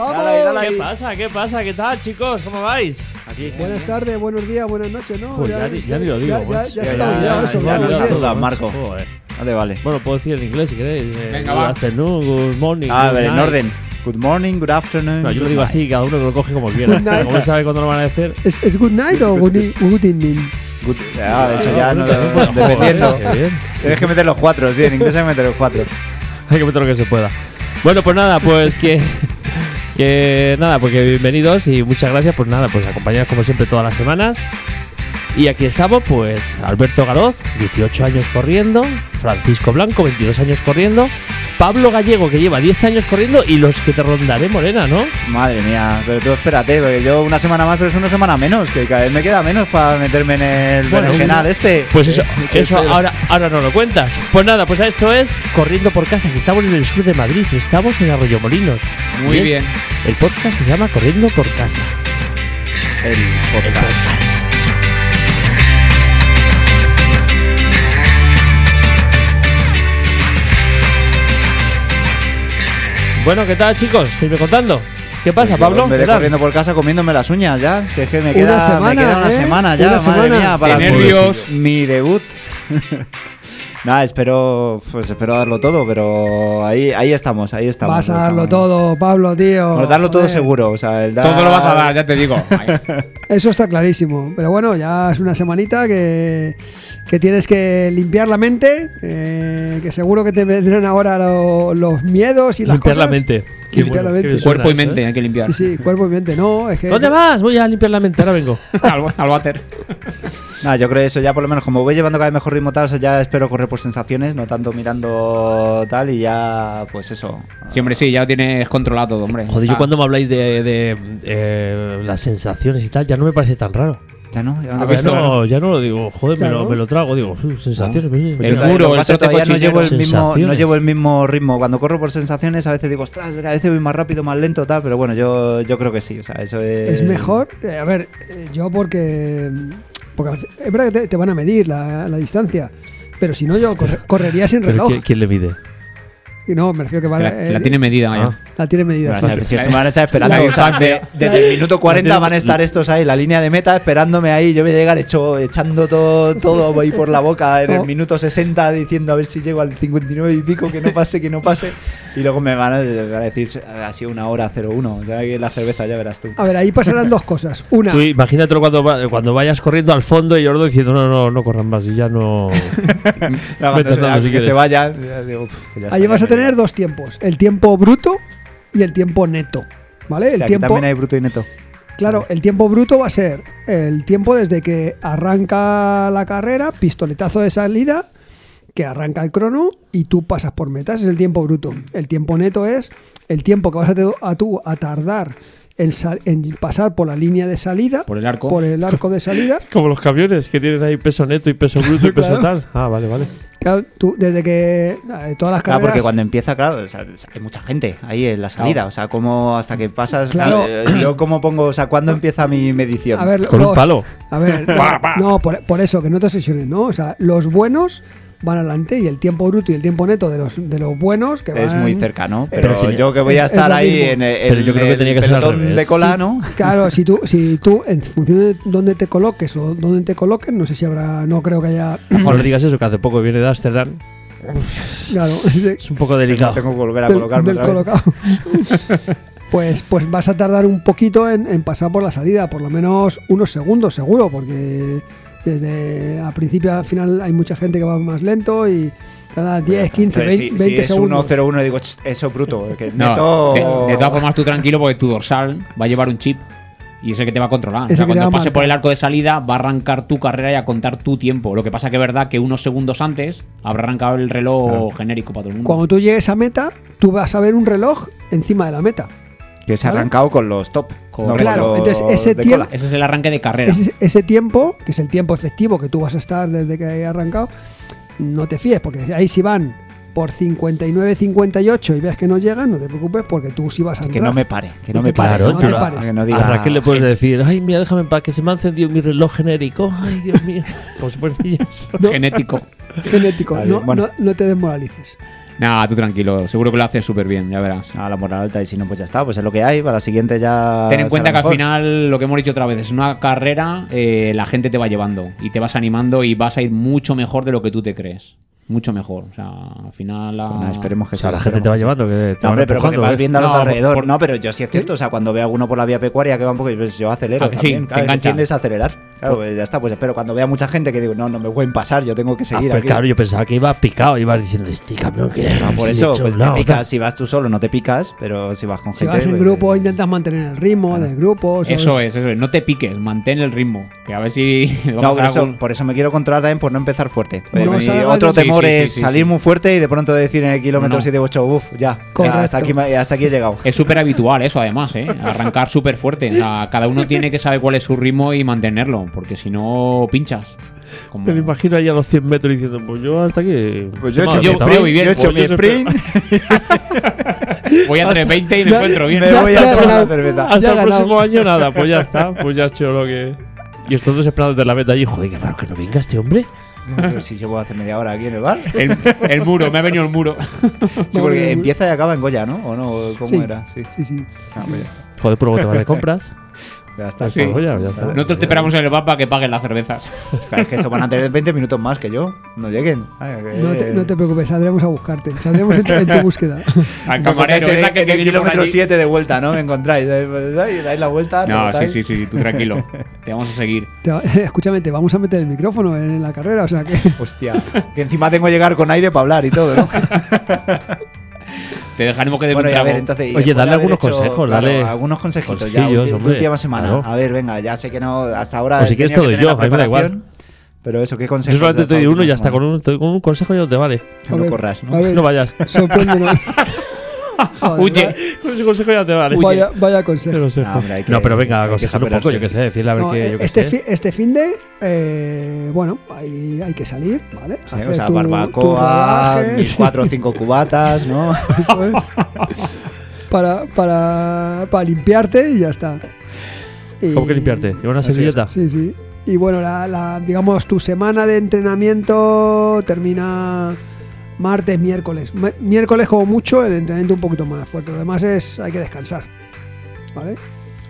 ahí. ¿Qué pasa? ¿Qué pasa? ¿Qué tal, chicos? ¿Cómo vais? Aquí. Buenas tardes, buenos días, buenas noches, ¿no? Joder, ya ni- ya ni lo digo, Ya, macho. ya Ya, se ya, está olvidado eso, ya vamos, nos bien. saluda. duda, Marco. Joder. Vale, vale. Bueno, puedo decir en inglés si queréis. eh, Venga, good va. afternoon, good morning. Ah, a good ver, en night. orden. Good morning, good afternoon. No, yo lo good digo night. así, cada uno lo coge como quiera. Good night. como él sabe cuándo lo van a decir. ¿Es, es good night o good, in- good evening? Good- Ah, eso ya no. Joder, dependiendo. qué bien. Tienes que meter los cuatro, sí, en inglés hay que meter los cuatro. Hay que meter lo que se pueda. Bueno, pues nada, pues que. Que nada, porque bienvenidos y muchas gracias. Pues nada, pues acompañados como siempre todas las semanas. Y aquí estamos, pues Alberto Garoz, 18 años corriendo, Francisco Blanco, 22 años corriendo, Pablo Gallego, que lleva 10 años corriendo, y los que te rondaré, Morena, ¿no? Madre mía, pero tú espérate, porque yo una semana más, pero es una semana menos, que cada vez me queda menos para meterme en el Bueno, berenjenal un- este. Pues eso, eso ahora, ahora no lo cuentas. Pues nada, pues esto es Corriendo por Casa, que estamos en el sur de Madrid, estamos en Arroyo Molinos. Muy Y es bien. El podcast que se llama Corriendo por Casa. El pues, El podcast. podcast. Bueno, ¿qué tal, chicos? Irme contando. ¿Qué pasa, Pues yo Pablo? Me ¿Qué de tal? corriendo por casa comiéndome las uñas ya. Que es que me Una queda me semana, queda una ¿eh? semana ya. Una madre semana. mía, para Qué el- nervios. mi debut. Nada, espero, pues espero darlo todo, pero ahí, ahí estamos, ahí estamos. Vas a ahí darlo estamos. todo, Pablo, tío. Bueno, darlo todo Joder. seguro, o sea, el dar- Todo lo vas a dar, ya te digo. Eso está clarísimo. Pero bueno, ya es una semanita que, que tienes que limpiar la mente, eh, que seguro que te vendrán ahora lo- los miedos y las Limpiar la cosas. mente. Qué bueno, Limpiar la qué mente. bien suena Cuerpo y eso, ¿eh? mente hay que limpiar. Sí, sí, cuerpo y mente. No, es que... ¿Dónde vas? Voy a limpiar la mente, ahora vengo. al, al váter. Nada, yo creo que eso ya por lo menos, como voy llevando cada vez mejor ritmo tal, o sea, ya espero correr por sensaciones, no tanto mirando tal y ya, pues eso. Sí, hombre, sí, ya lo tienes controlado todo, hombre. Joder, yo Ah, cuando me habláis de, de, eh, las sensaciones y tal, ya no me parece tan raro. Ya no, ya no. A Ya ver, Pues no, ya no lo digo, joder, me, Claro. lo, me lo trago, digo, "Uh, sensaciones. pues, yo mira". el todavía- muro, lo que el pasa es que trote todavía no llevo el cochinero. mismo, no Sensaciones. llevo el mismo ritmo. Cuando corro por sensaciones, a veces digo, ostras, a veces voy más rápido, más lento, tal, pero bueno, yo, yo creo que sí. O sea, eso es. Es mejor, eh, a ver, eh, yo porque, porque al fi- es verdad que te, te van a medir la, la distancia, pero si no yo corre- correría sin Pero reloj. ¿quién, quién le mide? Y no, me refiero que vale, La, eh, la tiene medida, vaya. ah. la tiene medida. Bueno, o sí. sea, si estuvieran esas esperando, La o sea, de- desde el minuto 40 van a estar estos ahí, la línea de meta, esperándome ahí. Yo voy a llegar hecho, echando todo, todo ahí por la boca en No. el minuto 60, diciendo a ver si llego al 59 y pico, que no pase, que no pase. Y luego me van a, van a decir, ha sido una hora 01. Ya que la cerveza, ya verás tú. A ver, ahí pasarán dos cosas. Una, Tú imagínatelo cuando, va- cuando vayas corriendo al fondo y Ordo diciendo, no, no, no corran más y ya no... No, cuando Vete se- andando si que quieres. se vayan. ya digo, "Uf, que ya está, ahí ya vas a me he tener ido". dos tiempos, el tiempo bruto y el tiempo neto, ¿vale? O El sea, aquí tiempo, también hay bruto y neto. claro, el tiempo bruto va a ser el tiempo desde que arranca la carrera, pistoletazo de salida, que arranca el crono y tú pasas por metas, es el tiempo bruto. El tiempo neto es el tiempo que vas a, te- a tú a tardar en, sal- en pasar por la línea de salida, Por el arco. por el arco de salida. Como los camiones que tienen ahí peso neto y peso bruto y peso tal. Ah, vale, vale. Claro, tú, desde que eh, todas las Claro, carreras... Ah, porque cuando empieza, claro, o sea, hay mucha gente ahí en la salida. O sea, como hasta que pasas. Claro. eh, yo, como pongo, o sea, ¿cuándo empieza mi medición? A ver, Con un los- palo. A ver, no, por, por eso, que no te sesiones, ¿no? O sea, los buenos van adelante y el tiempo bruto y el tiempo neto de los, de los buenos que van... es muy cercano, Eh, pero, pero yo que voy a es- es estar lo ahí mismo. en el, Pero yo creo que el tenía que ser al pelotón revés. de cola, ¿no? Claro, si tú, si tú, en función de dónde te coloques o dónde te coloques, no sé si habrá, no creo que haya... No le digas eso, que hace poco viene de Amsterdam. Claro, de- Es un poco Tengo, delicado. tengo que volver a del- colocarme del otra vez. colocado. Pues, pues vas a tardar un poquito en, en pasar por la salida, por lo menos unos segundos seguro, porque desde a principio al final hay mucha gente que va más lento y tarda 10, 15, 20, Entonces, si, si 20 es segundos. 1-0-1, digo, "Ch, eso bruto. eh, Que No, neto- de, de todas formas, tú tranquilo porque tu dorsal va a llevar un chip y es el que te va a controlar. Es O sea, el que te va cuando a pase por marcar. el arco de salida, va a arrancar tu carrera y a contar tu tiempo. Lo que pasa que es verdad que unos segundos antes habrá arrancado el reloj genérico para todo el mundo. Cuando tú llegues a meta, tú vas a ver un reloj encima de la meta. que se ha ¿Vale? arrancado con los top. Con- con Claro, los ¿Ah? entonces, ese de tiempo- cola. Ese es el arranque de carrera. Ese, ese tiempo, que es el tiempo efectivo que tú vas a estar desde que he arrancado, no te fíes, porque ahí si van por 59, 58 y ves que no llegan, no te preocupes porque tú sí vas a Que entrar. no me pare, que no No me te pares, pare. Claro, no te pero- pares. que no A diga- Raquel le puedes decir, ay, mira, déjame en paz, que se me ha encendido mi reloj genérico. Ay, Dios mío. Como si fueran ellas. no- Genético. Genético, Vale, no, bueno. no- no te desmoralices. Nada, tú tranquilo, seguro que lo haces súper bien, ya verás. A la moral alta y si no, pues ya está, pues es lo que hay, para la siguiente ya... Ten en será cuenta que al mejor. final, lo que hemos dicho otra vez, es una carrera, eh, la gente te va llevando y te vas animando y vas a ir mucho mejor de lo que tú te crees. Mucho mejor. O sea, al final. La... Pues nada, esperemos que O sea, la sí, gente te va esperemos. llevando, que te No, van hombre, pero porque empujando, vas ¿eh? viendo a los No, de por- alrededor. por- No, pero yo sí es cierto. O sea, cuando veo a alguno por la vía pecuaria que va un poco, pues yo acelero. Ah, que sí, también, te claro, engancha. tiendes a acelerar. Claro, pues ya está. Pues espero cuando vea mucha gente que digo, no, no me pueden pasar, yo tengo que Ah, seguir. pero aquí. claro, yo pensaba que iba picado, ibas diciendo, este cabrón que... Ah, por se le eso, echa pues un te lado". picas. Si vas tú solo, no te picas, pero si vas con Si gente. vas en pues, grupo, intentas mantener el ritmo del grupo. Eso es, eso es. No te piques, mantén el ritmo. Que a ver si. vamos a No, por hacer eso, algún- por eso me quiero controlar también por no empezar fuerte. No Mi salgas otro de- temor Sí, sí, sí, es sí, salir sí. muy fuerte y de pronto decir en el kilómetro No. 7-8, uff, ya. Correcto. Hasta aquí, me- hasta aquí he llegado. Es súper habitual eso, además, ¿eh? Arrancar súper fuerte. O sea, cada uno tiene que saber cuál es su ritmo y mantenerlo, porque si no, pinchas. Como- Me lo imagino ahí a los 100 metros diciendo, pues yo hasta aquí... Pues yo he Madre mía, hecho mi yo estaba- creo sprint, muy bien, yo he hecho pues mi yo siempre- sprint, Voy a 3.20 y me encuentro bien. me Ya voy te a ha tomar una ganado. cerveza. Ya Hasta el he ganado. próximo año nada, pues ya está, pues ya has hecho lo que... Y estos dos esperando de la venta allí, joder, qué raro que no venga este hombre. No, pero si llevo hace media hora aquí en el bar. El, el muro, me ha venido el muro. Sí, Madre mía. porque empieza y acaba en Goya, ¿no? ¿O no? ¿Cómo Sí. era? Sí. Sí, sí. Ah, pues ya está. Joder, por luego te vas de compras. Ya está. Sí. Pues ya, ya está. Nosotros te esperamos en el bar para que paguen las cervezas. Es que esto van a tener 20 minutos más que yo. No lleguen. Ay, que- eh, No te, no te preocupes, saldremos a buscarte. Saldremos en tu, en tu búsqueda. Me Al ponéis camarero, en esa el- que en te el viene por kilómetro allí. 7 de vuelta, ¿no? Me encontráis. ahí, pues, ahí, Dais la vuelta. No, sí, rebotáis. sí, sí, tú tranquilo. Te vamos a seguir. Te va- escúchame, te vamos a meter el micrófono en la carrera, o sea que. Hostia. Que encima tengo que llegar con aire para hablar y todo, ¿no? Te dejaremos que des bueno, un y a trago. ver, entonces. y Oye, después de dale haber algunos consejos, dale Algunos consejitos ya. consejillos, ulti- hombre, última semana. claro. A ver, venga, ya sé que no. Hasta ahora. O si quieres tenía que te doy tener la yo, a mí me da igual. preparación, Pero eso, ¿qué Yo consejos? solamente das te doy para uno y ya última está. Con un, te- con un consejo ya te vale. semana? A No ver, corras, ¿no? a ver, No vayas. Sorpréndenos. Pues, Joder, Huye. Con ese consejo ya te vale. Vaya, vaya consejo. Ese consejo. No, hombre, hay que- no, pero venga, hay que aconsejar un poco, superarse. yo qué sé, decirle a ver No, qué. Yo qué este, sé. fi- este fin de, eh, bueno, hay, hay que salir, ¿vale? Sí, Hacer o sea, tu- tus barbacoa, rodajes, mis cuatro o cinco cubatas, ¿no? eso es. para, para, para limpiarte y ya está. Y- ¿Cómo que limpiarte? ¿Lleva una Así es. servilleta? Sí, sí. Y bueno, la, la- digamos, tu semana de entrenamiento termina martes, miércoles. Mi- Miércoles como mucho, el entrenamiento un poquito más fuerte. Lo demás es, hay que descansar. ¿Vale?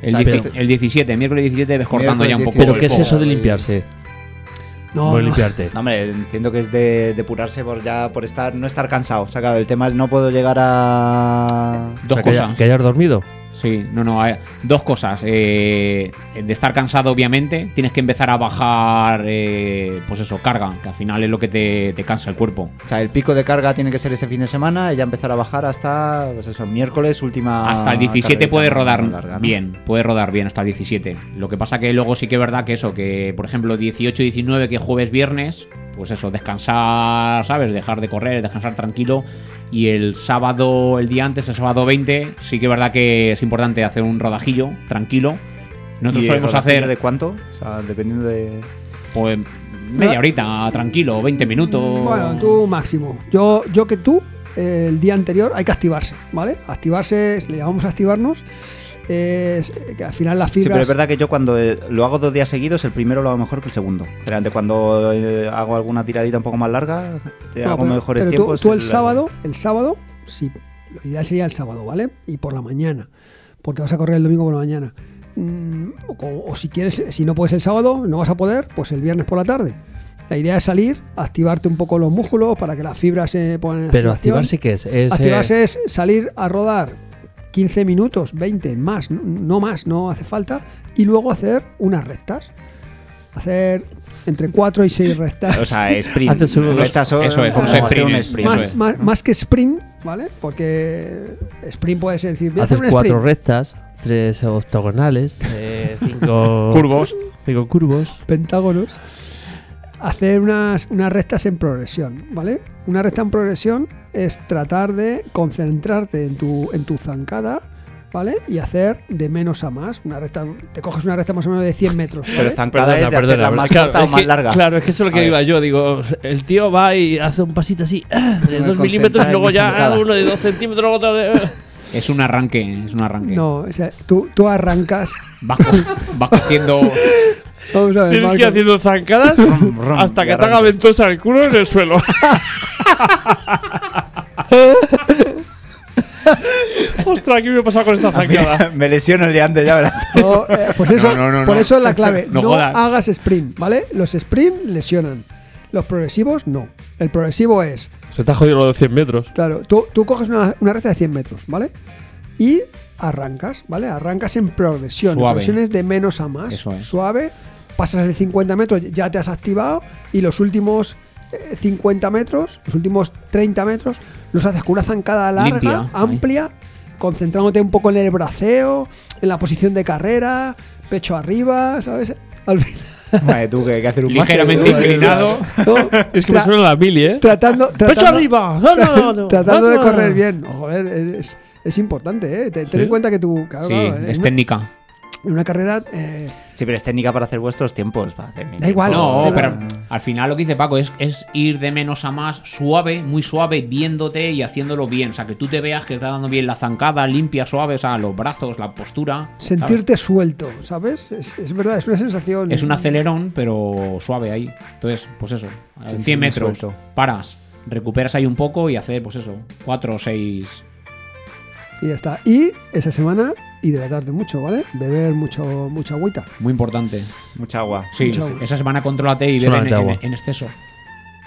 El, O sea, dieci- pero- el 17, miércoles 17, ves cortando ya un poco. Miércoles ¿Pero el qué es fuego. eso de limpiarse? No, Voy a no. limpiarte. No, hombre, entiendo que es de depurarse por ya por estar no estar cansado. O sea, claro, el tema es no puedo llegar a Dos O sea, que, haya- cosas. que hayas dormido. Sí, no, no. hay- Dos cosas. eh, de estar cansado, obviamente, tienes que empezar a bajar, eh, pues eso, carga, que al final es lo que te, te cansa el cuerpo. o sea, el pico de carga tiene que ser ese fin de semana y ya empezar a bajar hasta pues eso, miércoles, última Hasta el 17 Ah, carrerita puede más rodar larga, ¿no? bien, puede rodar bien hasta el 17. Lo que pasa que luego sí que es verdad que eso, que por ejemplo 18, 19, que jueves, viernes, pues eso, descansar, ¿sabes? Dejar de correr, descansar tranquilo. Y el sábado, el día antes, el sábado 20, sí que es verdad que es importante hacer un rodajillo tranquilo. Nosotros ¿Y solemos el rodajillo hacer de cuánto? O sea, dependiendo de pues, media horita tranquilo, 20 minutos. Mm, Bueno, tú máximo. Yo, yo que tú, eh, el día anterior hay que activarse, ¿vale? Activarse, es- le llamamos activarnos. Es, eh, que al final las Sí, pero fibras. es verdad que yo cuando eh, lo hago dos días seguidos, el primero lo hago mejor que el segundo. Pero antes cuando eh, hago alguna tiradita un poco más larga, te No, hago pero- mejores pero tú- tiempos. Tú, el la- sábado, el sábado, sí, lo ideal sería el sábado, ¿vale? Y por la mañana, porque vas a correr el domingo por la mañana. Mm, o, o si quieres, si no puedes el sábado, no vas a poder, pues el viernes por la tarde. La idea es salir, activarte un poco los músculos para que las fibras se pongan en Pero activación. activarse, ¿qué es? Es, eh, Activarse es salir a rodar 15 minutos, 20 más, no- no más, no hace falta, y luego hacer unas rectas. Hacer entre 4 y 6 rectas. O sea, sprint. Haces unos- Estas son- eso es, como unos hacer sprints, un sprint. eso más, es. más- más que sprint, ¿vale? Porque sprint puede ser decir, voy a haces hacer un cuatro sprint. rectas, tres octogonales, eh, cinco, curvos. cinco curvos. pentágonos. Hacer unas, unas rectas en progresión, ¿vale? Una recta en progresión es tratar de concentrarte en tu, en tu zancada, ¿vale? Y hacer de menos a más. Una recta, te coges una recta más o menos de 100 metros. ¿vale? Pero zancada es de hacerla más claro, corta o es más que- larga. Claro, es que eso es lo A que ver. iba yo. Digo, el tío va y hace un pasito así ah, de me 2 concentra milímetros y en luego mi ya zancada. uno de 2 centímetros, luego otro de. Es un arranque, es un arranque. No, o sea, tú, tú arrancas. Vas, co- vas cogiendo. Vamos a Tienes ver, que ir Marco. haciendo zancadas Rum, rum, hasta y que te haga arrancas. ventosa el culo en el suelo. Ostras, ¿qué me ha pasado con esta zancada? Me lesiono el día antes, ya verás. No, eh, pues eso, No, no, no, por no. eso es la clave. No, No jodas. hagas sprint, ¿vale? Los sprint lesionan. Los progresivos no. El progresivo es, Se te ha jodido los 100 metros. claro, tú, tú coges una, una recta de 100 metros, ¿vale? Y arrancas, ¿vale? Arrancas en progresión. Suave. Progresiones de menos a más. Eso es. Suave. Pasas el 50 metros, ya te has activado. Y los últimos eh, 50 metros, los últimos 30 metros, los haces con una zancada larga, Limpia, ahí. amplia, concentrándote un poco en el braceo, en la posición de carrera, pecho arriba, ¿sabes? Al final. Madre, tú, que hay que hacer un máster, Ligeramente tú, inclinado. ¿no? Es que me Tra- suena la mili, ¿eh? tratando, tratando- ¡Pecho arriba! ¡No, no, no, Ah. no! tratando de ¡Anda! correr bien. Oh, joder, es, es importante, ¿eh? Te- Ten Sí. en cuenta que tú, claro, Sí, este claro, eh, en es una- técnica. en una carrera. eh, Sí, pero es técnica para hacer vuestros tiempos. Para hacer mi Da igual. No, da pero igual. al final lo que dice Paco es, es ir de menos a más, suave, muy suave, viéndote y haciéndolo bien. O sea, que tú te veas que está dando bien la zancada, limpia, suave, o sea, los brazos, la postura. ¿sabes? sentirte suelto, ¿sabes? Es, es verdad, es una sensación. Es un acelerón, pero suave ahí. Entonces, pues eso, a Sentirme 100 metros, suelto. paras, recuperas ahí un poco y hacer, pues eso, 4 o 6. Y ya está. Y esa semana hidratarte mucho, ¿vale? Beber mucho, mucha agüita. Muy importante. Mucha agua. Sí, Mucha agua. esa semana contrólate y bebe en, Solamente agua. en- en exceso.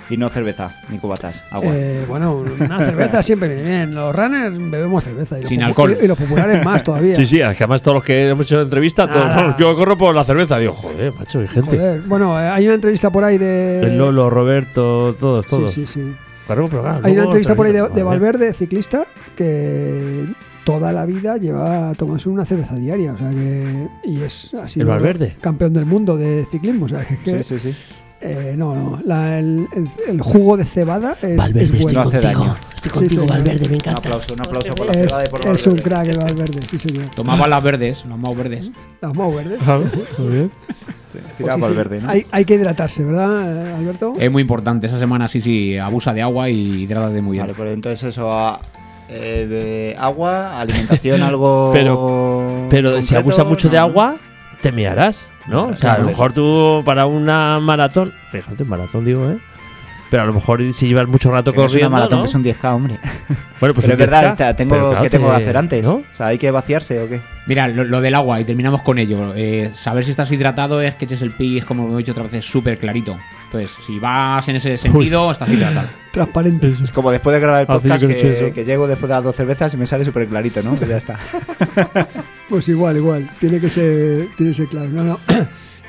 Y no cerveza, ni cubatas. Agua. Eh, bueno, una cerveza siempre viene bien. Los runners bebemos cerveza. Y los Sin popu- alcohol. Y, los populares más todavía. Sí, sí, es que además todos los que hemos hecho entrevistas, todos, Nada. "No, yo corro por la cerveza. Digo, joder, macho, hay gente. Ah. Joder. Bueno, eh, hay una entrevista por ahí de. El Lolo, Roberto, todos, todos. Sí, sí, sí. Claro, pero claro, Hay una luego entrevista por ahí de, cerveza, de joder. Valverde, ciclista, que toda la vida lleva a tomarse una cerveza diaria. O sea que. Y es así. ¿El Valverde? Campeón del mundo de ciclismo. O sea que. es que, sí, sí, sí. eh, no, no. la- el, el- el jugo de cebada es, Valverde, es estoy bueno. No hace contigo. daño. Estoy contigo, señor. Valverde, me Un encanta. aplauso, un aplauso por la Es, ciudad de por es un crack el Valverde, sí señor. Tomaba las verdes, las más verdes. Las más verdes. Claro, muy bien. Pues sí, sí. Valverde, ¿no? hay, hay que hidratarse, ¿verdad, eh, Alberto? Es muy importante. Esa semana sí, sí, abusa de agua y hidrátate muy bien. Vale, pero entonces eso a- eh, de agua, alimentación, algo. Pero si concreto, abusas mucho de no. agua, te mearás, ¿no? O sea, a lo mejor tú para una maratón, fíjate, maratón digo, ¿eh? Pero a lo mejor si llevas mucho rato Que no es corriendo, una maratón pues ¿no? que es un 10K, hombre. Bueno, pues pero es un 10K, verdad, está- tengo, pero claro, ¿qué tengo que te- hacer antes? ¿no? O sea, ¿hay que vaciarse o qué? Mira, lo, lo del agua, y terminamos con ello. Eh, saber si estás hidratado es que eches el pis, como lo he dicho otra vez, súper clarito. Entonces, si vas en ese sentido, estás hidratado. Transparente. Es como después de grabar el Hace podcast yo que no he hecho que, eso. que llego después de las dos cervezas y me sale súper clarito, ¿no? Que ya está. Pues igual, igual. Tiene que ser, tiene que ser claro. No, no.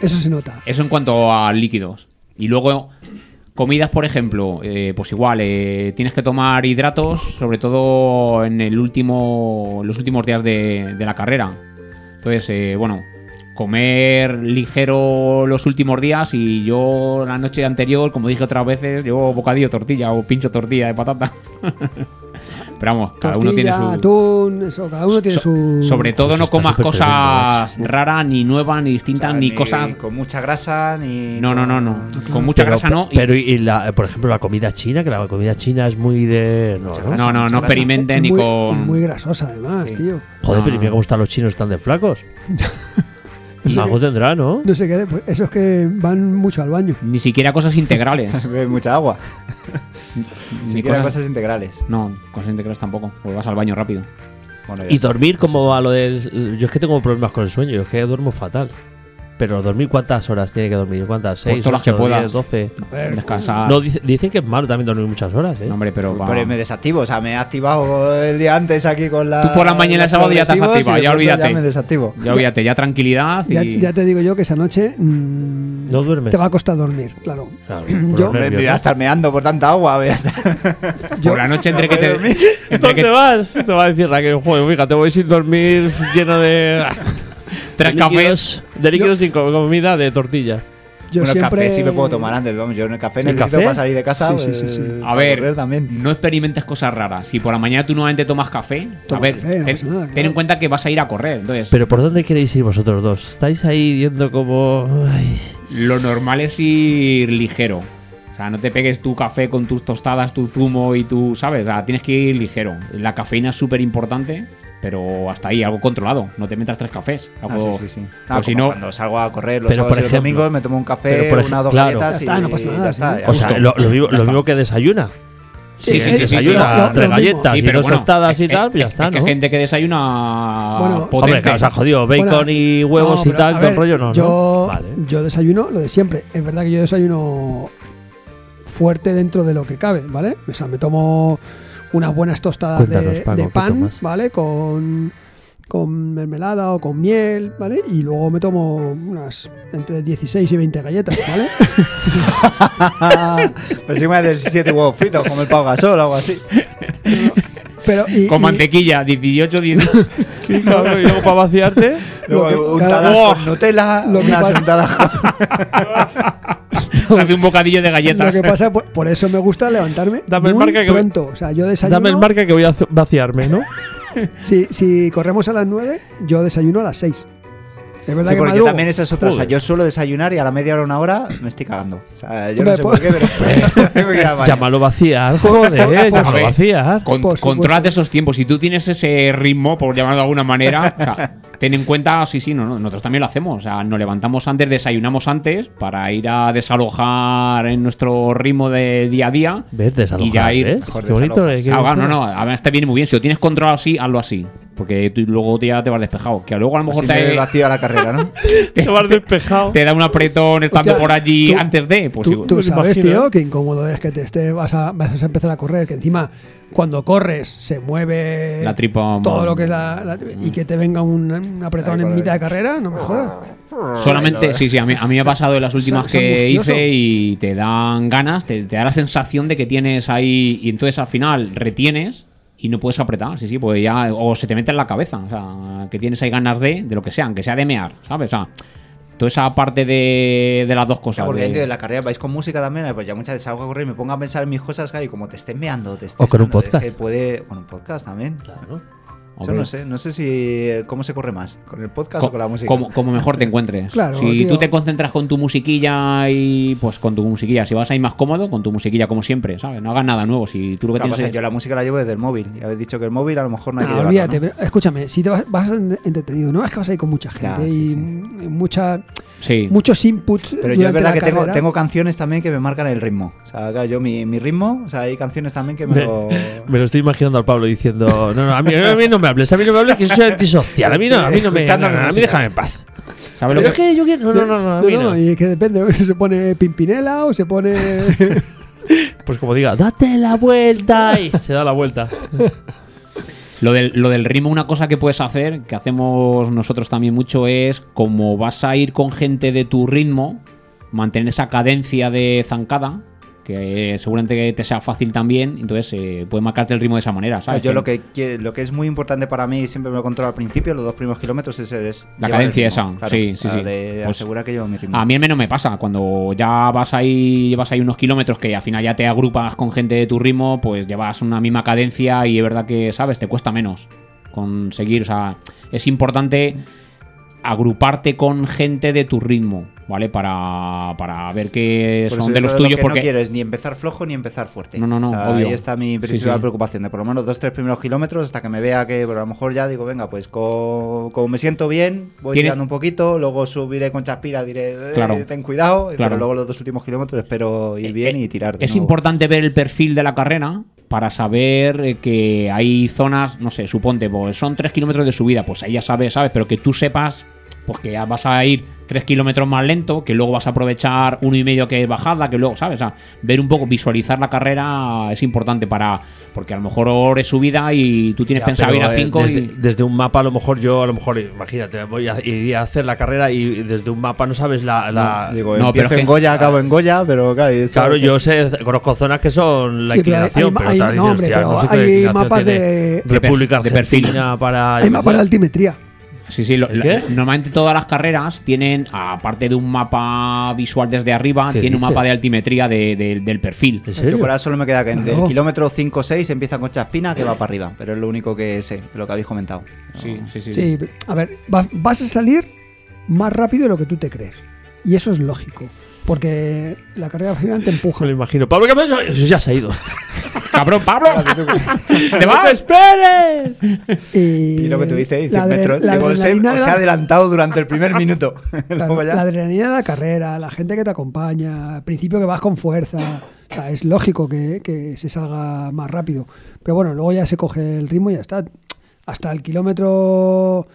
Eso se nota. Eso en cuanto a líquidos. Y luego, comidas, por ejemplo, eh, pues igual, eh, tienes que tomar hidratos, sobre todo en el último, los últimos días de, de la carrera. Entonces, eh, bueno, comer ligero los últimos días y yo la noche anterior, como dije otras veces, llevo bocadillo de tortilla o pincho tortilla de patata. Pero vamos, cada uno tiene Tortilla, su... atún, eso, cada uno tiene so- su. sobre todo Pues no está comas súper cosas raras, ni nuevas, ni O sea, distintas, ni cosas Con mucha grasa, ni. no, no, no, no. Con mucha Pero- grasa no. y- Pero, y, la- por ejemplo, la comida china, que la comida china es muy de. No, ¿no? no, no, mucha no grasa. experimenten ni muy, con. muy grasosa, además, Sí. tío. Joder, No, pero ¿y no. mira cómo están los chinos tan de flacos? No sé Algo tendrá, ¿no? No sé qué, pues esos que van mucho al baño. Ni siquiera cosas integrales. Bebe mucha agua. Ni ni siquiera cosas, cosas integrales. No, cosas integrales tampoco. Porque vas al baño rápido. Bueno, ya Y está. dormir, como va lo del. Yo es que tengo problemas con el sueño, yo es que duermo fatal. Pero dormir, ¿cuántas horas tiene que dormir? ¿Cuántas? Pues ¿Seis, todas las que ocho, puedas. diez, doce? Descansar. No, dice- dicen que es malo también dormir muchas horas, ¿eh? No, hombre, pero. va- Pero me desactivo, o sea, me he activado el día antes aquí con la. Tú por la mañana el los sábado ya te has progresivos y activado, de ya pronto olvídate. Ya me desactivo. Ya olvídate, ya tranquilidad y. Ya, ya te digo yo que esa noche. mm, No duermes. Te va a costar dormir, claro. Claro, por Yo- los Me, me nervios, voy a estar meando por tanta agua. voy a estar- yo- Por la noche entre que te. ¿no? entre que- ¿Dónde vas? Te va a decir Raquel, joder, fíjate, voy sin dormir, lleno de. tres de cafés. líquidos- De líquidos sin co- comida, de tortillas. Yo bueno, el siempre. café sí me puedo tomar antes, vamos, yo en el café ¿Sí, necesito café? para salir de casa. Sí, sí, sí, sí. eh, A para ver, correr también. no experimentes cosas raras. Si por la mañana tú nuevamente tomas café, a Toma ver, café, no ten, pasa nada, ten claro. en cuenta que vas a ir a correr. Entonces, Pero ¿por dónde queréis ir vosotros dos? ¿Estáis ahí viendo como.? ay, Lo normal es ir ligero. O sea, no te pegues tu café con tus tostadas, tu zumo y tu, ¿sabes? O sea, tienes que ir ligero. La cafeína es súper importante, pero hasta ahí, algo controlado. No te metas tres cafés. Ah, Algo- sí, sí, sí. Ah, o si como no- cuando salgo a correr los Pero sábados por y los ejemplo- domingos, me tomo un pero café, por una o dos ejemplo- claro. galletas Ya está, y no pasa nada, ya sí. está. ya O sea, Eh, Justo. lo, lo mismo, Ya lo está. mismo que desayuna. Sí, Sí, sí, sí, desayuna sí, Lo- sí. lo tres mismo. galletas Sí, y dos bueno, tostadas y es- tal, es- pues ya está, es que ¿no? gente que desayuna Bueno, hombre, potente. Hombre, claro, se ha jodido. Bacon Bueno, y huevos no, y pero, tal, a todo el ver, rollo, no, Yo, ¿no? Vale. yo desayuno lo de siempre. Es verdad que yo desayuno fuerte dentro de lo que cabe, ¿vale? O sea, me tomo unas buenas tostadas de, Cuéntanos, Paco, de ¿qué pan, tomas? ¿vale? Con, con mermelada o con miel, ¿vale? Y luego me tomo unas entre 16 y 20 galletas, ¿vale? Pues encima de 17 huevos fritos, como el Pau Gasol o algo así. Pero, y, Con y- mantequilla, 18, 19. Sí, claro, y luego para vaciarte. Lo Luego que- untadas cada- ¡Oh! con Nutella, Lo que unas pasa- untadas con... hace un bocadillo de lo galletas. que pasa, por, por eso me gusta levantarme Dame el muy marca que- pronto. O sea, yo desayuno. Dame el marca que voy a hace- vaciarme, ¿no? Si, si corremos a las 9, yo desayuno a las 6. Es verdad Sí, que porque madrugo. también esa es otra. O sea, Joder. yo suelo desayunar y a la media hora, una hora, me estoy cagando. O sea, yo Hombre, pues- no sé por qué, pero tengo que ir al baño. Llámalo vaciar, joder, eh, llámalo Hombre, vaciar. Con- Por supuesto. contrólate esos tiempos. Si tú tienes ese ritmo, por llamarlo de alguna manera, o sea, ten en cuenta, sí, sí, no, no, nosotros también lo hacemos. O sea, nos levantamos antes, desayunamos antes para ir a desalojar en nuestro ritmo de día a día. ¿Ves? Desalojar, Y ya ir- ¿ves? joder, Qué bonito. desalojar. eh, qué Ah, va, no, bien no, además te viene muy bien. Si lo tienes controlado así, hazlo así. Porque tú luego ya te vas despejado. Que luego a lo mejor Pues Así te, me vacío a la carrera, suena. ¿no? Te vas despejado. te da un apretón estando Hostia, por allí tú- antes de. Pues Tú, igual. tú me lo sabes, imagino, ¿eh? tío, qué incómodo es que te estés, vas a, vas a empezar a correr, que encima cuando corres se mueve La tripa, todo mm. lo que es la, la- y que te venga un, un apretón Ay, en madre. mitad de carrera, no me jodas. Solamente, sí, sí, a mí, a mí me ha pasado en las últimas Es que angustioso. hice y te dan ganas, te, te da la sensación de que tienes ahí y entonces al final retienes y no puedes apretar, sí, sí, pues ya, o se te mete en la cabeza, o sea, que tienes ahí ganas de, de lo que sea, aunque sea de mear, ¿sabes? O sea, toda esa parte de, de las dos cosas. Porque de- dentro de la carrera vais con música también, pues ya muchas veces salgo a correr y me pongo a pensar en mis cosas, claro, y como te estés meando, te estés O con un meando, es podcast. que puede, con un podcast también. Yo hombre, no sé, no sé si eh, cómo se corre más, con el podcast co- o con la música. como, como mejor te encuentres. Claro, si tío. tú te concentras con tu musiquilla y pues con tu musiquilla, si vas ahí más cómodo, con tu musiquilla como siempre, ¿sabes? No hagas nada nuevo. Si tú lo Claro, que pues, tienes pasa es- es que yo la música la llevo desde el móvil. Y habéis dicho que el móvil a lo mejor no hay No, que llevarlo, Ah, olvídate, ¿no? pero escúchame, si te vas, vas en- entretenido, no es que vas ahí con mucha gente Ya, y, sí, sí. mm, y mucha- Sí. muchos inputs. Pero yo es durante verdad la que tengo, carrera. tengo canciones también que me marcan el ritmo. O sea, claro, yo mi, mi ritmo, o sea, hay canciones también que me Me, lo... me lo estoy imaginando al Pablo diciendo: No, no, a mí, a mí no me hables, a mí no me hables, que yo soy antisocial, a mí no, a mí no me. Escuchando no, no, a mí música. déjame en paz. ¿Sabes Pero lo es que yo quiero. No, no, no, a mí no. y que depende, se pone Pimpinela o se pone. Pues como diga, date la vuelta y se da la vuelta. Lo del, lo del ritmo, una cosa que puedes hacer, que hacemos nosotros también mucho, es como vas a ir con gente de tu ritmo, mantener esa cadencia de zancada, que eh, seguramente te sea fácil también, entonces eh, puedes marcarte el ritmo de esa manera, O sea, ¿sabes? yo lo que, que- lo que es muy importante para mí, y siempre me lo controlo al principio, los dos primeros kilómetros, es, es La llevar el cadencia ritmo, esa, sí, sí, o sea, sí. De Pues- asegurar que llevo mi ritmo. A mí al menos me pasa, cuando ya vas ahí, llevas ahí unos kilómetros que al final ya te agrupas con gente de tu ritmo, pues llevas una misma cadencia y es verdad que, ¿sabes? Te cuesta menos conseguir, o sea, es importante agruparte con gente de tu ritmo, ¿vale? Para, para ver que Por eso son yo de los lo tuyos que porque... no quieres ni empezar flojo ni empezar fuerte. No, no, no, O sea, obvio. Ahí está mi Sí, principal sí. preocupación, de por lo menos dos, tres primeros kilómetros, hasta que me vea que pero a lo mejor ya digo, venga, pues co- como me siento bien, voy Tiene- tirando un poquito, luego subiré con chaspira, diré, eh, Claro. ten cuidado, Claro. pero luego los dos últimos kilómetros espero ir Eh, bien eh, y tirar. de Es nuevo. importante ver el perfil de la carrera para saber eh, que hay zonas, no sé, suponte, pues son 3 kilómetros de subida, pues ahí ya sabes, sabes, pero que tú sepas pues que vas a ir 3 kilómetros más lento, que luego vas a aprovechar uno y medio que es bajada, que luego, ¿sabes? O sea, ver un poco, visualizar la carrera es importante para. Porque a lo mejor es subida y tú tienes Ya, pensado pero, ir a eh, 5 desde, y. desde un mapa, a lo mejor yo, a lo mejor, imagínate, voy a, iría a hacer la carrera y desde un mapa no sabes la. la- Digo, No, pero empiezo es que- en Goya, acabo en Goya, pero claro, y esto- claro, yo sé, conozco zonas que son la Sí, pero hay- inclinación, hay- pero, hay- estás no, diciendo, hombre, hostia, pero no sé qué hay inclinación mapas tiene de- República de perfil. Argentina para. Hay mapas de altimetría. Sí, sí, lo- ¿El la- qué? normalmente todas las carreras tienen, aparte de un mapa visual desde arriba, ¿Qué tiene un dices? mapa de altimetría de- de- del perfil. ¿En Yo serio? por ahora solo me queda que del Claro. kilómetro 5 o 6 empieza con Chaspina que va para arriba, pero es lo único que sé, de lo que habéis comentado. Sí, sí, sí. Sí, a ver, vas, vas a salir más rápido de lo que tú te crees. Y eso es lógico. Porque la carrera final te Me empuja. lo imagino. Pablo, ¿qué pasa? Ya se ha ido. ¡Cabrón, Pablo! ¡Te ¡No te vas! esperes! Y, Y lo que tú dices, dices, la adre- metro, la digo, se, adrenalina de se la- ha adelantado durante el primer minuto. Claro, Luego ya- la adrenalina de la carrera, la gente que te acompaña, al principio que vas con fuerza. O sea, es lógico que, que se salga más rápido. Pero bueno, luego ya se coge el ritmo y ya está. Hasta el kilómetro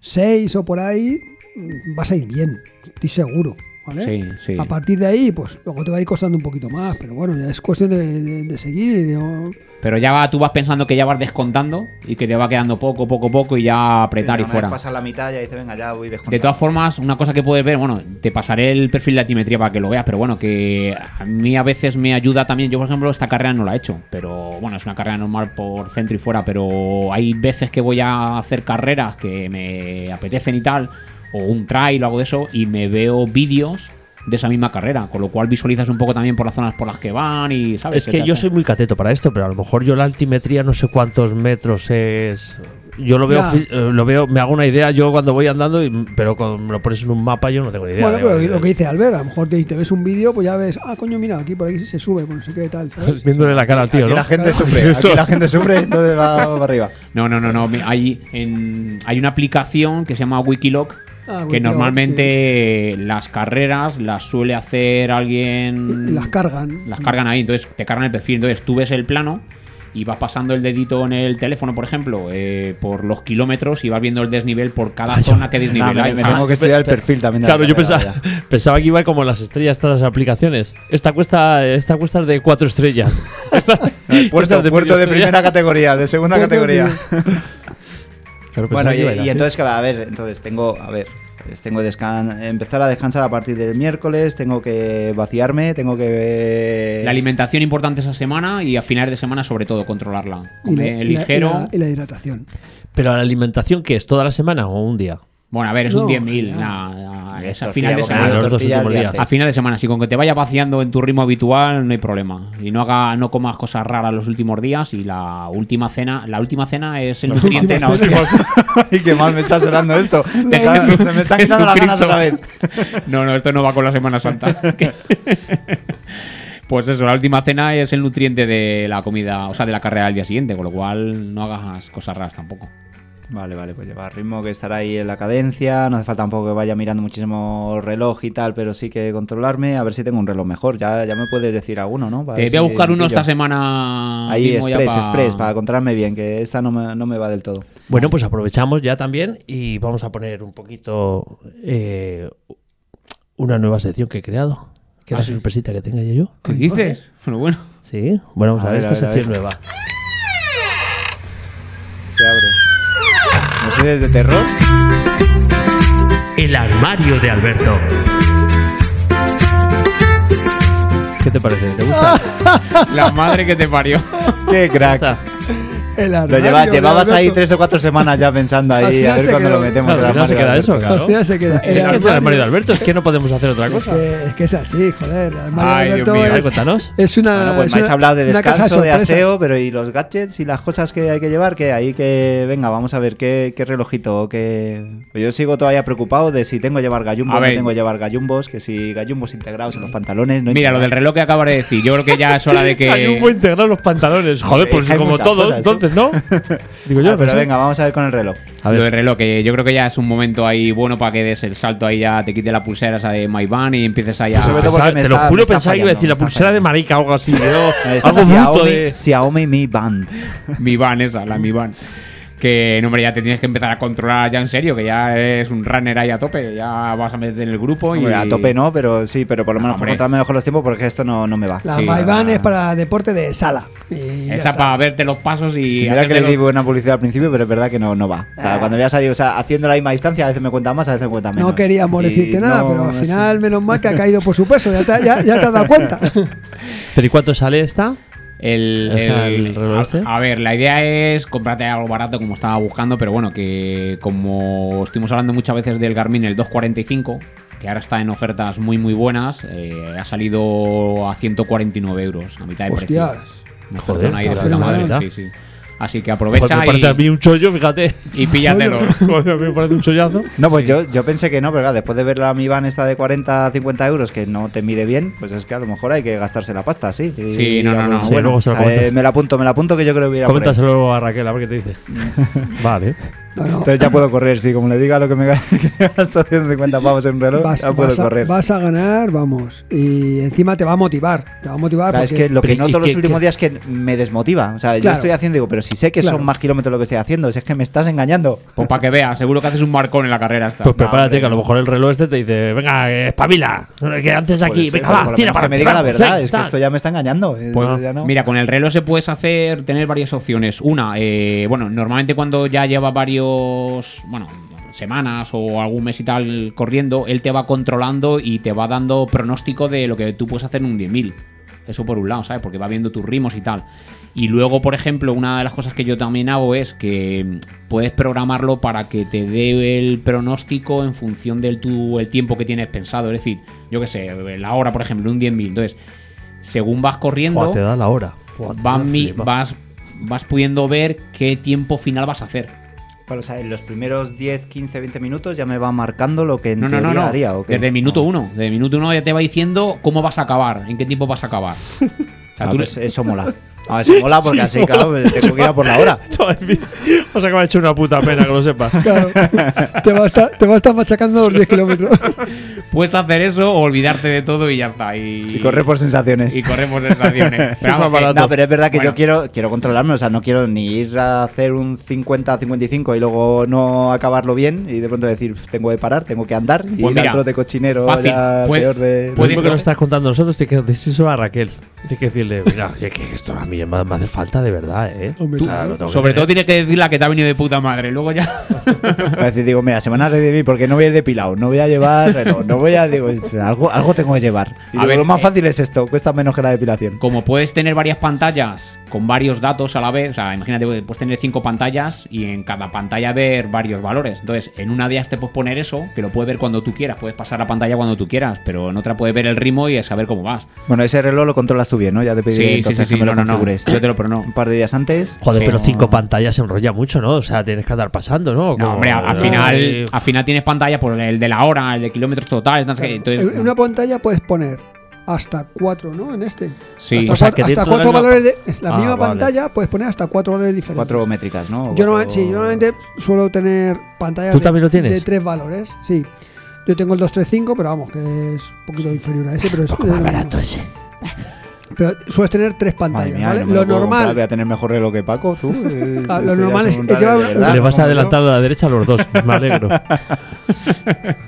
6 o por ahí mm, vas a ir bien, estoy seguro. ¿vale? Sí, sí. A partir de ahí, pues luego te va a ir costando un poquito más, pero bueno, ya es cuestión de, de- de seguir. ¿no? Pero ya va- tú vas pensando que ya vas descontando y que te va quedando poco, poco, poco y ya apretar y Una vez fuera. Pasa la mitad ya dice, venga, ya voy descontando. De todas formas, una cosa que puedes ver, bueno, te pasaré el perfil de altimetría para que lo veas, pero bueno, que a mí a veces me ayuda también. Yo, por ejemplo, esta carrera no la he hecho, pero bueno, es una carrera normal por centro y fuera, pero hay veces que voy a hacer carreras que me apetecen y tal, o un trail o algo de eso, y me veo vídeos de esa misma carrera, con lo cual visualizas un poco también por las zonas por las que van y Es sabes. que te yo hace- soy muy cateto para esto, pero a lo mejor yo la altimetría no sé cuántos metros es. Yo lo veo, Ya. fi- eh, lo veo, me hago una idea yo cuando voy andando, y- pero con, me lo pones en un mapa yo no tengo ni idea. bueno, digo, pero lo eh, que dice Albert, a lo mejor te, te ves un vídeo, pues ya ves, ah, coño, mira, aquí por aquí se sube, pues no sé qué tal. ¿sabes? Viéndole la cara al tío, Aquí ¿no? la gente sufre, aquí la gente sufre, entonces va para arriba. No, no, no, no. me- Hay, en- hay una aplicación que se llama Wikiloc. Ah, que Wikiloc, normalmente las carreras las suele hacer alguien. Las cargan. Las cargan ahí, entonces te cargan el perfil. Entonces tú ves el plano y vas pasando el dedito en el teléfono, por ejemplo, eh, por los kilómetros y vas viendo el desnivel por cada zona que desnivel Nah, hay. me, me Ah, tengo que estudiar el perfil también. de la Claro, yo carrera, pensaba, pensaba que iba como las estrellas todas las aplicaciones. Esta cuesta, esta cuesta es de cuatro estrellas. Esta- vaya. esta es Puerto, puerto de estrellas. primera categoría, de segunda Puerto de categoría. Claro, pensaba Bueno, que y, iba a ir y así. entonces, claro, a ver, entonces tengo, a ver, pues tengo descan empezar a descansar a partir del miércoles, tengo que vaciarme, tengo que... La alimentación importante esa semana y a finales de semana, sobre todo, controlarla. Y la- Comer y la- ligero. Y la, y la hidratación. Pero la alimentación, ¿qué es? ¿Toda la semana o un día? Bueno, a ver, es No, un 10.000. ya. nah, nah, es a Tortilla, final de bocadillo, semana. Ah, los dos tortilla últimos de días. antes. A final de semana, sí, con que te vayas vaciando en tu ritmo habitual, no hay problema. Y no haga, no comas cosas raras los últimos días y la última cena, la última cena es el nutriente. No, hostia. Ay, qué mal me está sonando esto. Me está- se me están quitando las ganas Jesucristo. otra vez. No, no, esto no va con la Semana Santa. Que- Pues eso, la última cena es el nutriente de la comida, o sea, de la carrera al día siguiente, con lo cual no hagas cosas raras tampoco. Vale, vale, pues lleva ritmo que estará ahí en la cadencia. No hace falta tampoco que vaya mirando muchísimo reloj y tal, pero sí que controlarme. A ver si tengo un reloj mejor. Ya, ya me puedes decir alguno, ¿no? Para Te ver voy a si buscar uno pillo. esta semana. Ahí, mismo ya Express, pa- Express, para controlarme bien, que esta no me, no me va del todo. Bueno, pues aprovechamos ya también y vamos a poner un poquito eh, una nueva sección que he creado. Que es Ah, la sorpresita que tenga yo. yo. ¿Qué dices? Bueno, bueno. Sí, bueno, vamos a, A ver, ver, esta a ver, a sección nueva. Se abre. No sé, desde terror. El armario de Alberto. ¿Qué te parece? ¿Te gusta? Ah. La madre que te parió. Qué ¿Te crack. gusta? El Lo armario lleva- de llevabas ahí Alberto. tres o cuatro semanas ya pensando Al ahí, final a ver se cuando quedó. lo metemos. Claro, en al final se armario queda de eso, Alberto. Al claro. final se queda. Es que es el armario de Alberto, es que no podemos hacer otra Es cosa. que, es que es así, joder. El armario Ay, de Dios Alberto mío. A ver, es, cuéntanos. es una. Bueno, es pues me habéis una- hablado de Ah, una caja descanso, de sorpresas. aseo, pero ¿y los gadgets y las cosas que hay que llevar? Que ahí que, venga, vamos a ver qué, qué relojito, qué... Pues Yo sigo todavía preocupado de si tengo que llevar gallumbos, A no ver. tengo que llevar gallumbos, que si gallumbos integrados en los pantalones... No Mira, lo del integrados. reloj que acabas de decir, yo creo que ya es hora de que. Hay un buen integrar los pantalones. Joder, pues Hay como muchas todos, cosas, ¿no? entonces, ¿no? Digo yo, Ah, no pero sé. venga, vamos a ver con el reloj. A ver. Lo del reloj, que yo creo que ya es un momento ahí bueno para que des el salto ahí, ya te quite la pulsera esa de My Van y empieces ahí a. Pues Sobre todo Pensaba- porque me te lo está- juro, me está pensaba que iba a fallando, decir me la está pulsera de fallando. marica o algo así. Yo, Es algo bruto Eh, Xiaomi, de. Xiaomi Mi Band. Mi Van esa, la Mi Van. Que, no, hombre, ya te tienes que empezar a controlar ya en serio, que ya eres un runner ahí a tope, ya vas a meter en el grupo y. Hombre, a tope no, pero sí, pero por lo menos Hombre. controlarme mejor los tiempos porque esto no, no me va. La Sí, Maivan la- es para deporte de sala. Y ya Esa está. para verte los pasos y. Mira que hacerte le los- di buena publicidad al principio, pero es verdad que no, no va. O sea, Cuando voy a salir, o sea, haciendo la misma distancia, a veces me cuenta más, a veces me cuenta menos. Ah. No queríamos Y decirte nada, no, pero al no sé. final, menos mal que ha caído por su peso. Ya te, ya, ya te has dado cuenta. ¿Pero y cuánto sale esta? El, O sea, el- el reloj a, este. a ver, la idea es comprarte algo barato como estaba buscando, pero bueno, que como estuvimos hablando muchas veces del Garmin, el 245, que ahora está en ofertas muy muy buenas, eh, ha salido a 149 euros, a mitad de Hostias. precio. Una Joder, ofertona ahí está de puta fenomenal. madre, sí, sí. Así que aprovecha Joder, me parece a mí y, un chollo, fíjate. y píllatelo. Joder, me parece un chollazo. No, pues yo, yo pensé que no, pero claro, después de ver la Mi Van esta de 40 50 euros que no te mide bien, pues es que a lo mejor hay que gastarse la pasta, sí. Y- Sí, no, no, y, no. pues, Sí, Bueno, luego se lo eh, comentas. me la apunto, me la apunto que yo creo que voy a ir a por él. Coméntaselo a Raquel, a ver qué te dice. vale. No, no. Entonces ya puedo correr, sí, como le diga lo que me ga- que me gasto 150 pavos en un reloj, Vas, ya puedo vas a, correr. vas a ganar, vamos. Y encima te va a motivar. Te va a motivar Claro, es Ah, porque que lo que Pero, ¿y noto los qué- últimos qué? días es que me desmotiva. O sea, yo Claro. estoy haciendo, digo, pero si sé que Claro. son más kilómetros lo que estoy haciendo, si es que me estás engañando. Pues para que veas, seguro que haces un marcón en la carrera esta. Pues No, prepárate, hombre, que a lo mejor el reloj este te dice, venga, eh, espabila, ¿qué haces Puede Pues aquí? venga, ser, pero por va, tira lo menos para que me diga la adelante, verdad, venga, es que tal. esto ya me está engañando. eh, Pues, ya no. Mira, con el reloj se puedes hacer tener varias opciones. Una, eh, bueno, normalmente cuando ya lleva varios, bueno, semanas o algún mes y tal corriendo, él te va controlando y te va dando pronóstico de lo que tú puedes hacer en un 10.000. Eso por un lado, ¿sabes? Porque va viendo tus ritmos y tal. Y luego, por ejemplo, una de las cosas que yo también hago es que mm, puedes programarlo para que te dé el pronóstico en función del tu, el tiempo que tienes pensado. Es decir, yo qué sé, la hora, por ejemplo, un 10.000. Entonces, según vas corriendo Fua, te da la hora. Fua, te da vas, mi- flipa. vas, vas pudiendo ver qué tiempo final vas a hacer. Pero, Pues, o sea, en los primeros 10, 15, 20 minutos ya me va marcando lo que en No, no, no, teoría no. haría. ¿o qué? Desde el minuto No. uno. Desde el minuto uno ya te va diciendo cómo vas a acabar, en qué tiempo vas a acabar. O sea, Ah, tú le- pues eso mola. Ah, eso mola porque Sí, así, mola. claro, pues, tengo que ir a por la hora. o sea que me ha hecho una puta pena, que lo sepas. claro, te, va a estar, te va a estar machacando los 10 kilómetros. Puedes hacer eso o olvidarte de todo y ya está. Y, Y correr por sensaciones. y correr por sensaciones. Pero vamos, más que- barato. Eh, No, pero es verdad que Bueno. yo quiero, quiero controlarme, o sea, no quiero ni ir a hacer un 50-55 y luego no acabarlo bien y de pronto decir, "Uf, tengo que parar, tengo que andar y Pues ir al mira, trote cochinero fácil, ya puede- peor de... Lo puede- mismo Puedes- que nos estás contando nosotros, tienes que decir solo a Raquel. Tienes que decirle, mira, oye, que que esto a mí me me hace falta de verdad, ¿eh? Hombre, Tú- claro. lo tengo que sobre todo hacer. tienes que decir la que te ha venido de puta madre. Luego ya. Voy a Pues decir, digo, mira, se van a reír de mí porque no voy a ir depilado, no voy a llevar reloj, no voy a... Digo, algo, algo tengo que llevar. Y A digo, ver, lo más eh, fácil es esto, cuesta menos que la depilación. Como puedes tener varias pantallas con varios datos a la vez, o sea, imagínate, pues, puedes tener cinco pantallas y en cada pantalla ver varios valores. Entonces, en una de ellas te puedes poner eso, que lo puedes ver cuando tú quieras, puedes pasar la pantalla cuando tú quieras, pero en otra puedes ver el ritmo y saber cómo vas. Bueno, ese reloj lo controlas tú bien, ¿no? Ya te pedí entonces que me no, lo no, no, configures. Yo te lo, pero no. Un par de días antes... Joder, Sí, pero no. cinco pantallas se enrolla mucho, ¿no? O sea, tienes que andar pasando, ¿no? No, Como- hombre, al final, al final tienes pantalla por el de la hora, el de kilómetros totales, no sé qué, entonces, Eh, en una pantalla puedes poner hasta 4, ¿no? En este. sí. Hasta, O sea, cuatro- que hasta dentro cuatro de la- valores de. Es la Ah, misma vale. pantalla puedes poner hasta cuatro valores diferentes. Cuatro métricas, ¿no? Yo, no, Cuatro- sí, yo normalmente suelo tener pantallas ¿Tú de, también lo tienes? de tres valores. Sí. Yo tengo el 235, pero vamos, que es un poquito inferior a ese, pero es es lo mismo. ese. Pero sueles tener tres Madre pantallas, mía, ¿vale? no me lo puedo comprar, normal. Voy a tener mejor reloj que Paco, tú. Eh, Ah, lo este ya normal un es reloj llevar de un- verdad, Le vas a como yo. adelantar a la derecha a los dos, me alegro.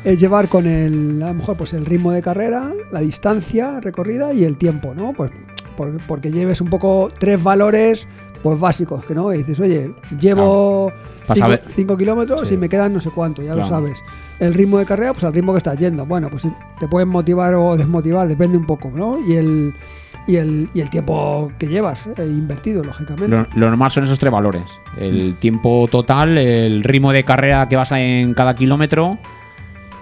es llevar con el, a lo mejor, pues el ritmo de carrera, la distancia recorrida y el tiempo, ¿no? Pues por- porque lleves un poco tres valores pues básicos, que no, y dices, oye, llevo Para cinco, saber- cinco kilómetros y me quedan no sé cuánto, ya lo Claro. sabes. El ritmo de carrera, pues al ritmo que estás yendo. Bueno, pues te pueden motivar o desmotivar, depende un poco, ¿no? Y el y el, y el tiempo que llevas eh, invertido, lógicamente. Lo, lo normal son esos tres valores: el tiempo total, el ritmo de carrera que vas a- en cada kilómetro.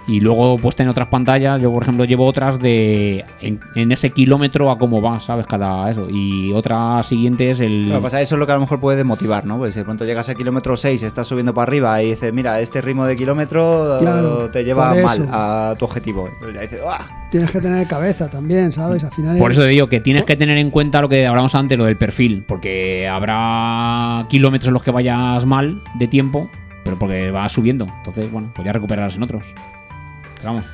Y luego puesta en otras pantallas, yo por ejemplo llevo otras de en, en ese kilómetro a cómo vas, ¿sabes? Cada eso. Y otra siguiente es el. Lo que pasa, eso es lo que a lo mejor puede desmotivar, ¿no? Pues de pronto llegas a kilómetro 6, estás subiendo para arriba y dices, mira, este ritmo de kilómetro eh, Claro, te lleva por eso. mal a tu objetivo. Entonces ya dices, ¡ah! Tienes que tener cabeza también, ¿sabes? Al final Mm. Por es- eso te digo que tienes que tener en cuenta lo que hablamos antes, lo del perfil, porque habrá kilómetros en los que vayas mal de tiempo, pero porque vas subiendo. Entonces, bueno, pues ya recuperarás en otros. Pero vamos.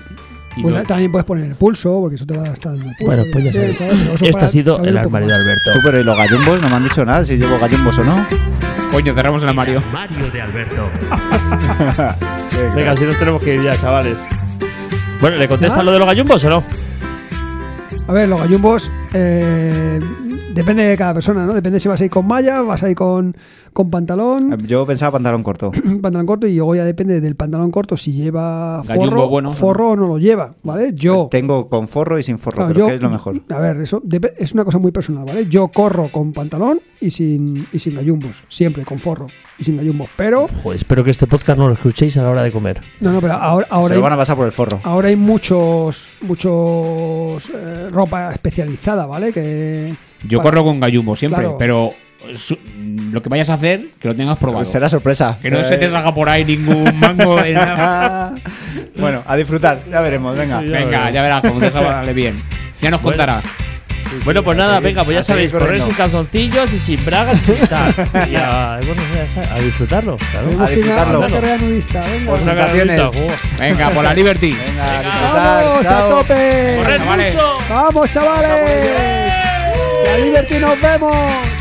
y Pues lo- ta- también puedes poner el pulso, porque eso te va a estar dando el pulso. Bueno, pues ya ¿sabes? sabes. Pero eso Esto para ha sido saber el un poco armario de más. Alberto. Tú, pero ¿y los gallumbos? No me han dicho nada si llevo gallumbos o no. Coño, cerramos el armario. Mario de Alberto. Eh, Venga, si nos tenemos que ir ya, chavales. Bueno, ¿le ¿Ah? contestas lo de los gallumbos o no? A ver, los gallumbos, eh, depende de cada persona, ¿no? Depende si vas a ir con malla, vas a ir con, con pantalón, Yo pensaba pantalón corto. pantalón corto, y luego ya depende del pantalón corto si lleva Gallumbo forro, bueno. forro o no lo lleva, ¿vale? Yo. Tengo con forro y sin forro, claro, creo yo- que es lo mejor. A ver, eso dep- es una cosa muy personal, ¿vale? Yo corro con pantalón y sin, y sin gallumbos, siempre con forro y sin gallumbos, pero. Joder, espero que este podcast no lo escuchéis a la hora de comer. No, no, pero ahora, Se ahora lo hay- Ah, van a pasar por el forro. Ahora hay muchos, muchos eh, ropa especializada, ¿vale? Que Yo para- corro con gallumbo siempre, Claro. pero su- lo que vayas a hacer, que lo tengas probado. Pues Será sorpresa. Que no se te Eh, ah. salga por ahí ningún mango de nada. bueno, a disfrutar, ya veremos, venga. Sí, Venga, ya verás cómo te sale bien. Ya nos Bueno. contarás. Bueno, pues a nada, seguir- venga, pues ya a seguir sabéis, correr corriendo. sin calzoncillos y sin bragas y sin tal. Y a, bueno, ya sa- a disfrutarlo, claro. Tenemos que ir a disfrutarlo. una carrera nudista, venga. Por Saca la sensaciones. lista, juego. Venga, por la Liberty. Venga, a disfrutar. ¡Vamos a chao. tope! ¡Corred chavales. mucho! ¡Eh! ¡Vamos, chavales! ¡Que a Liberty nos vemos!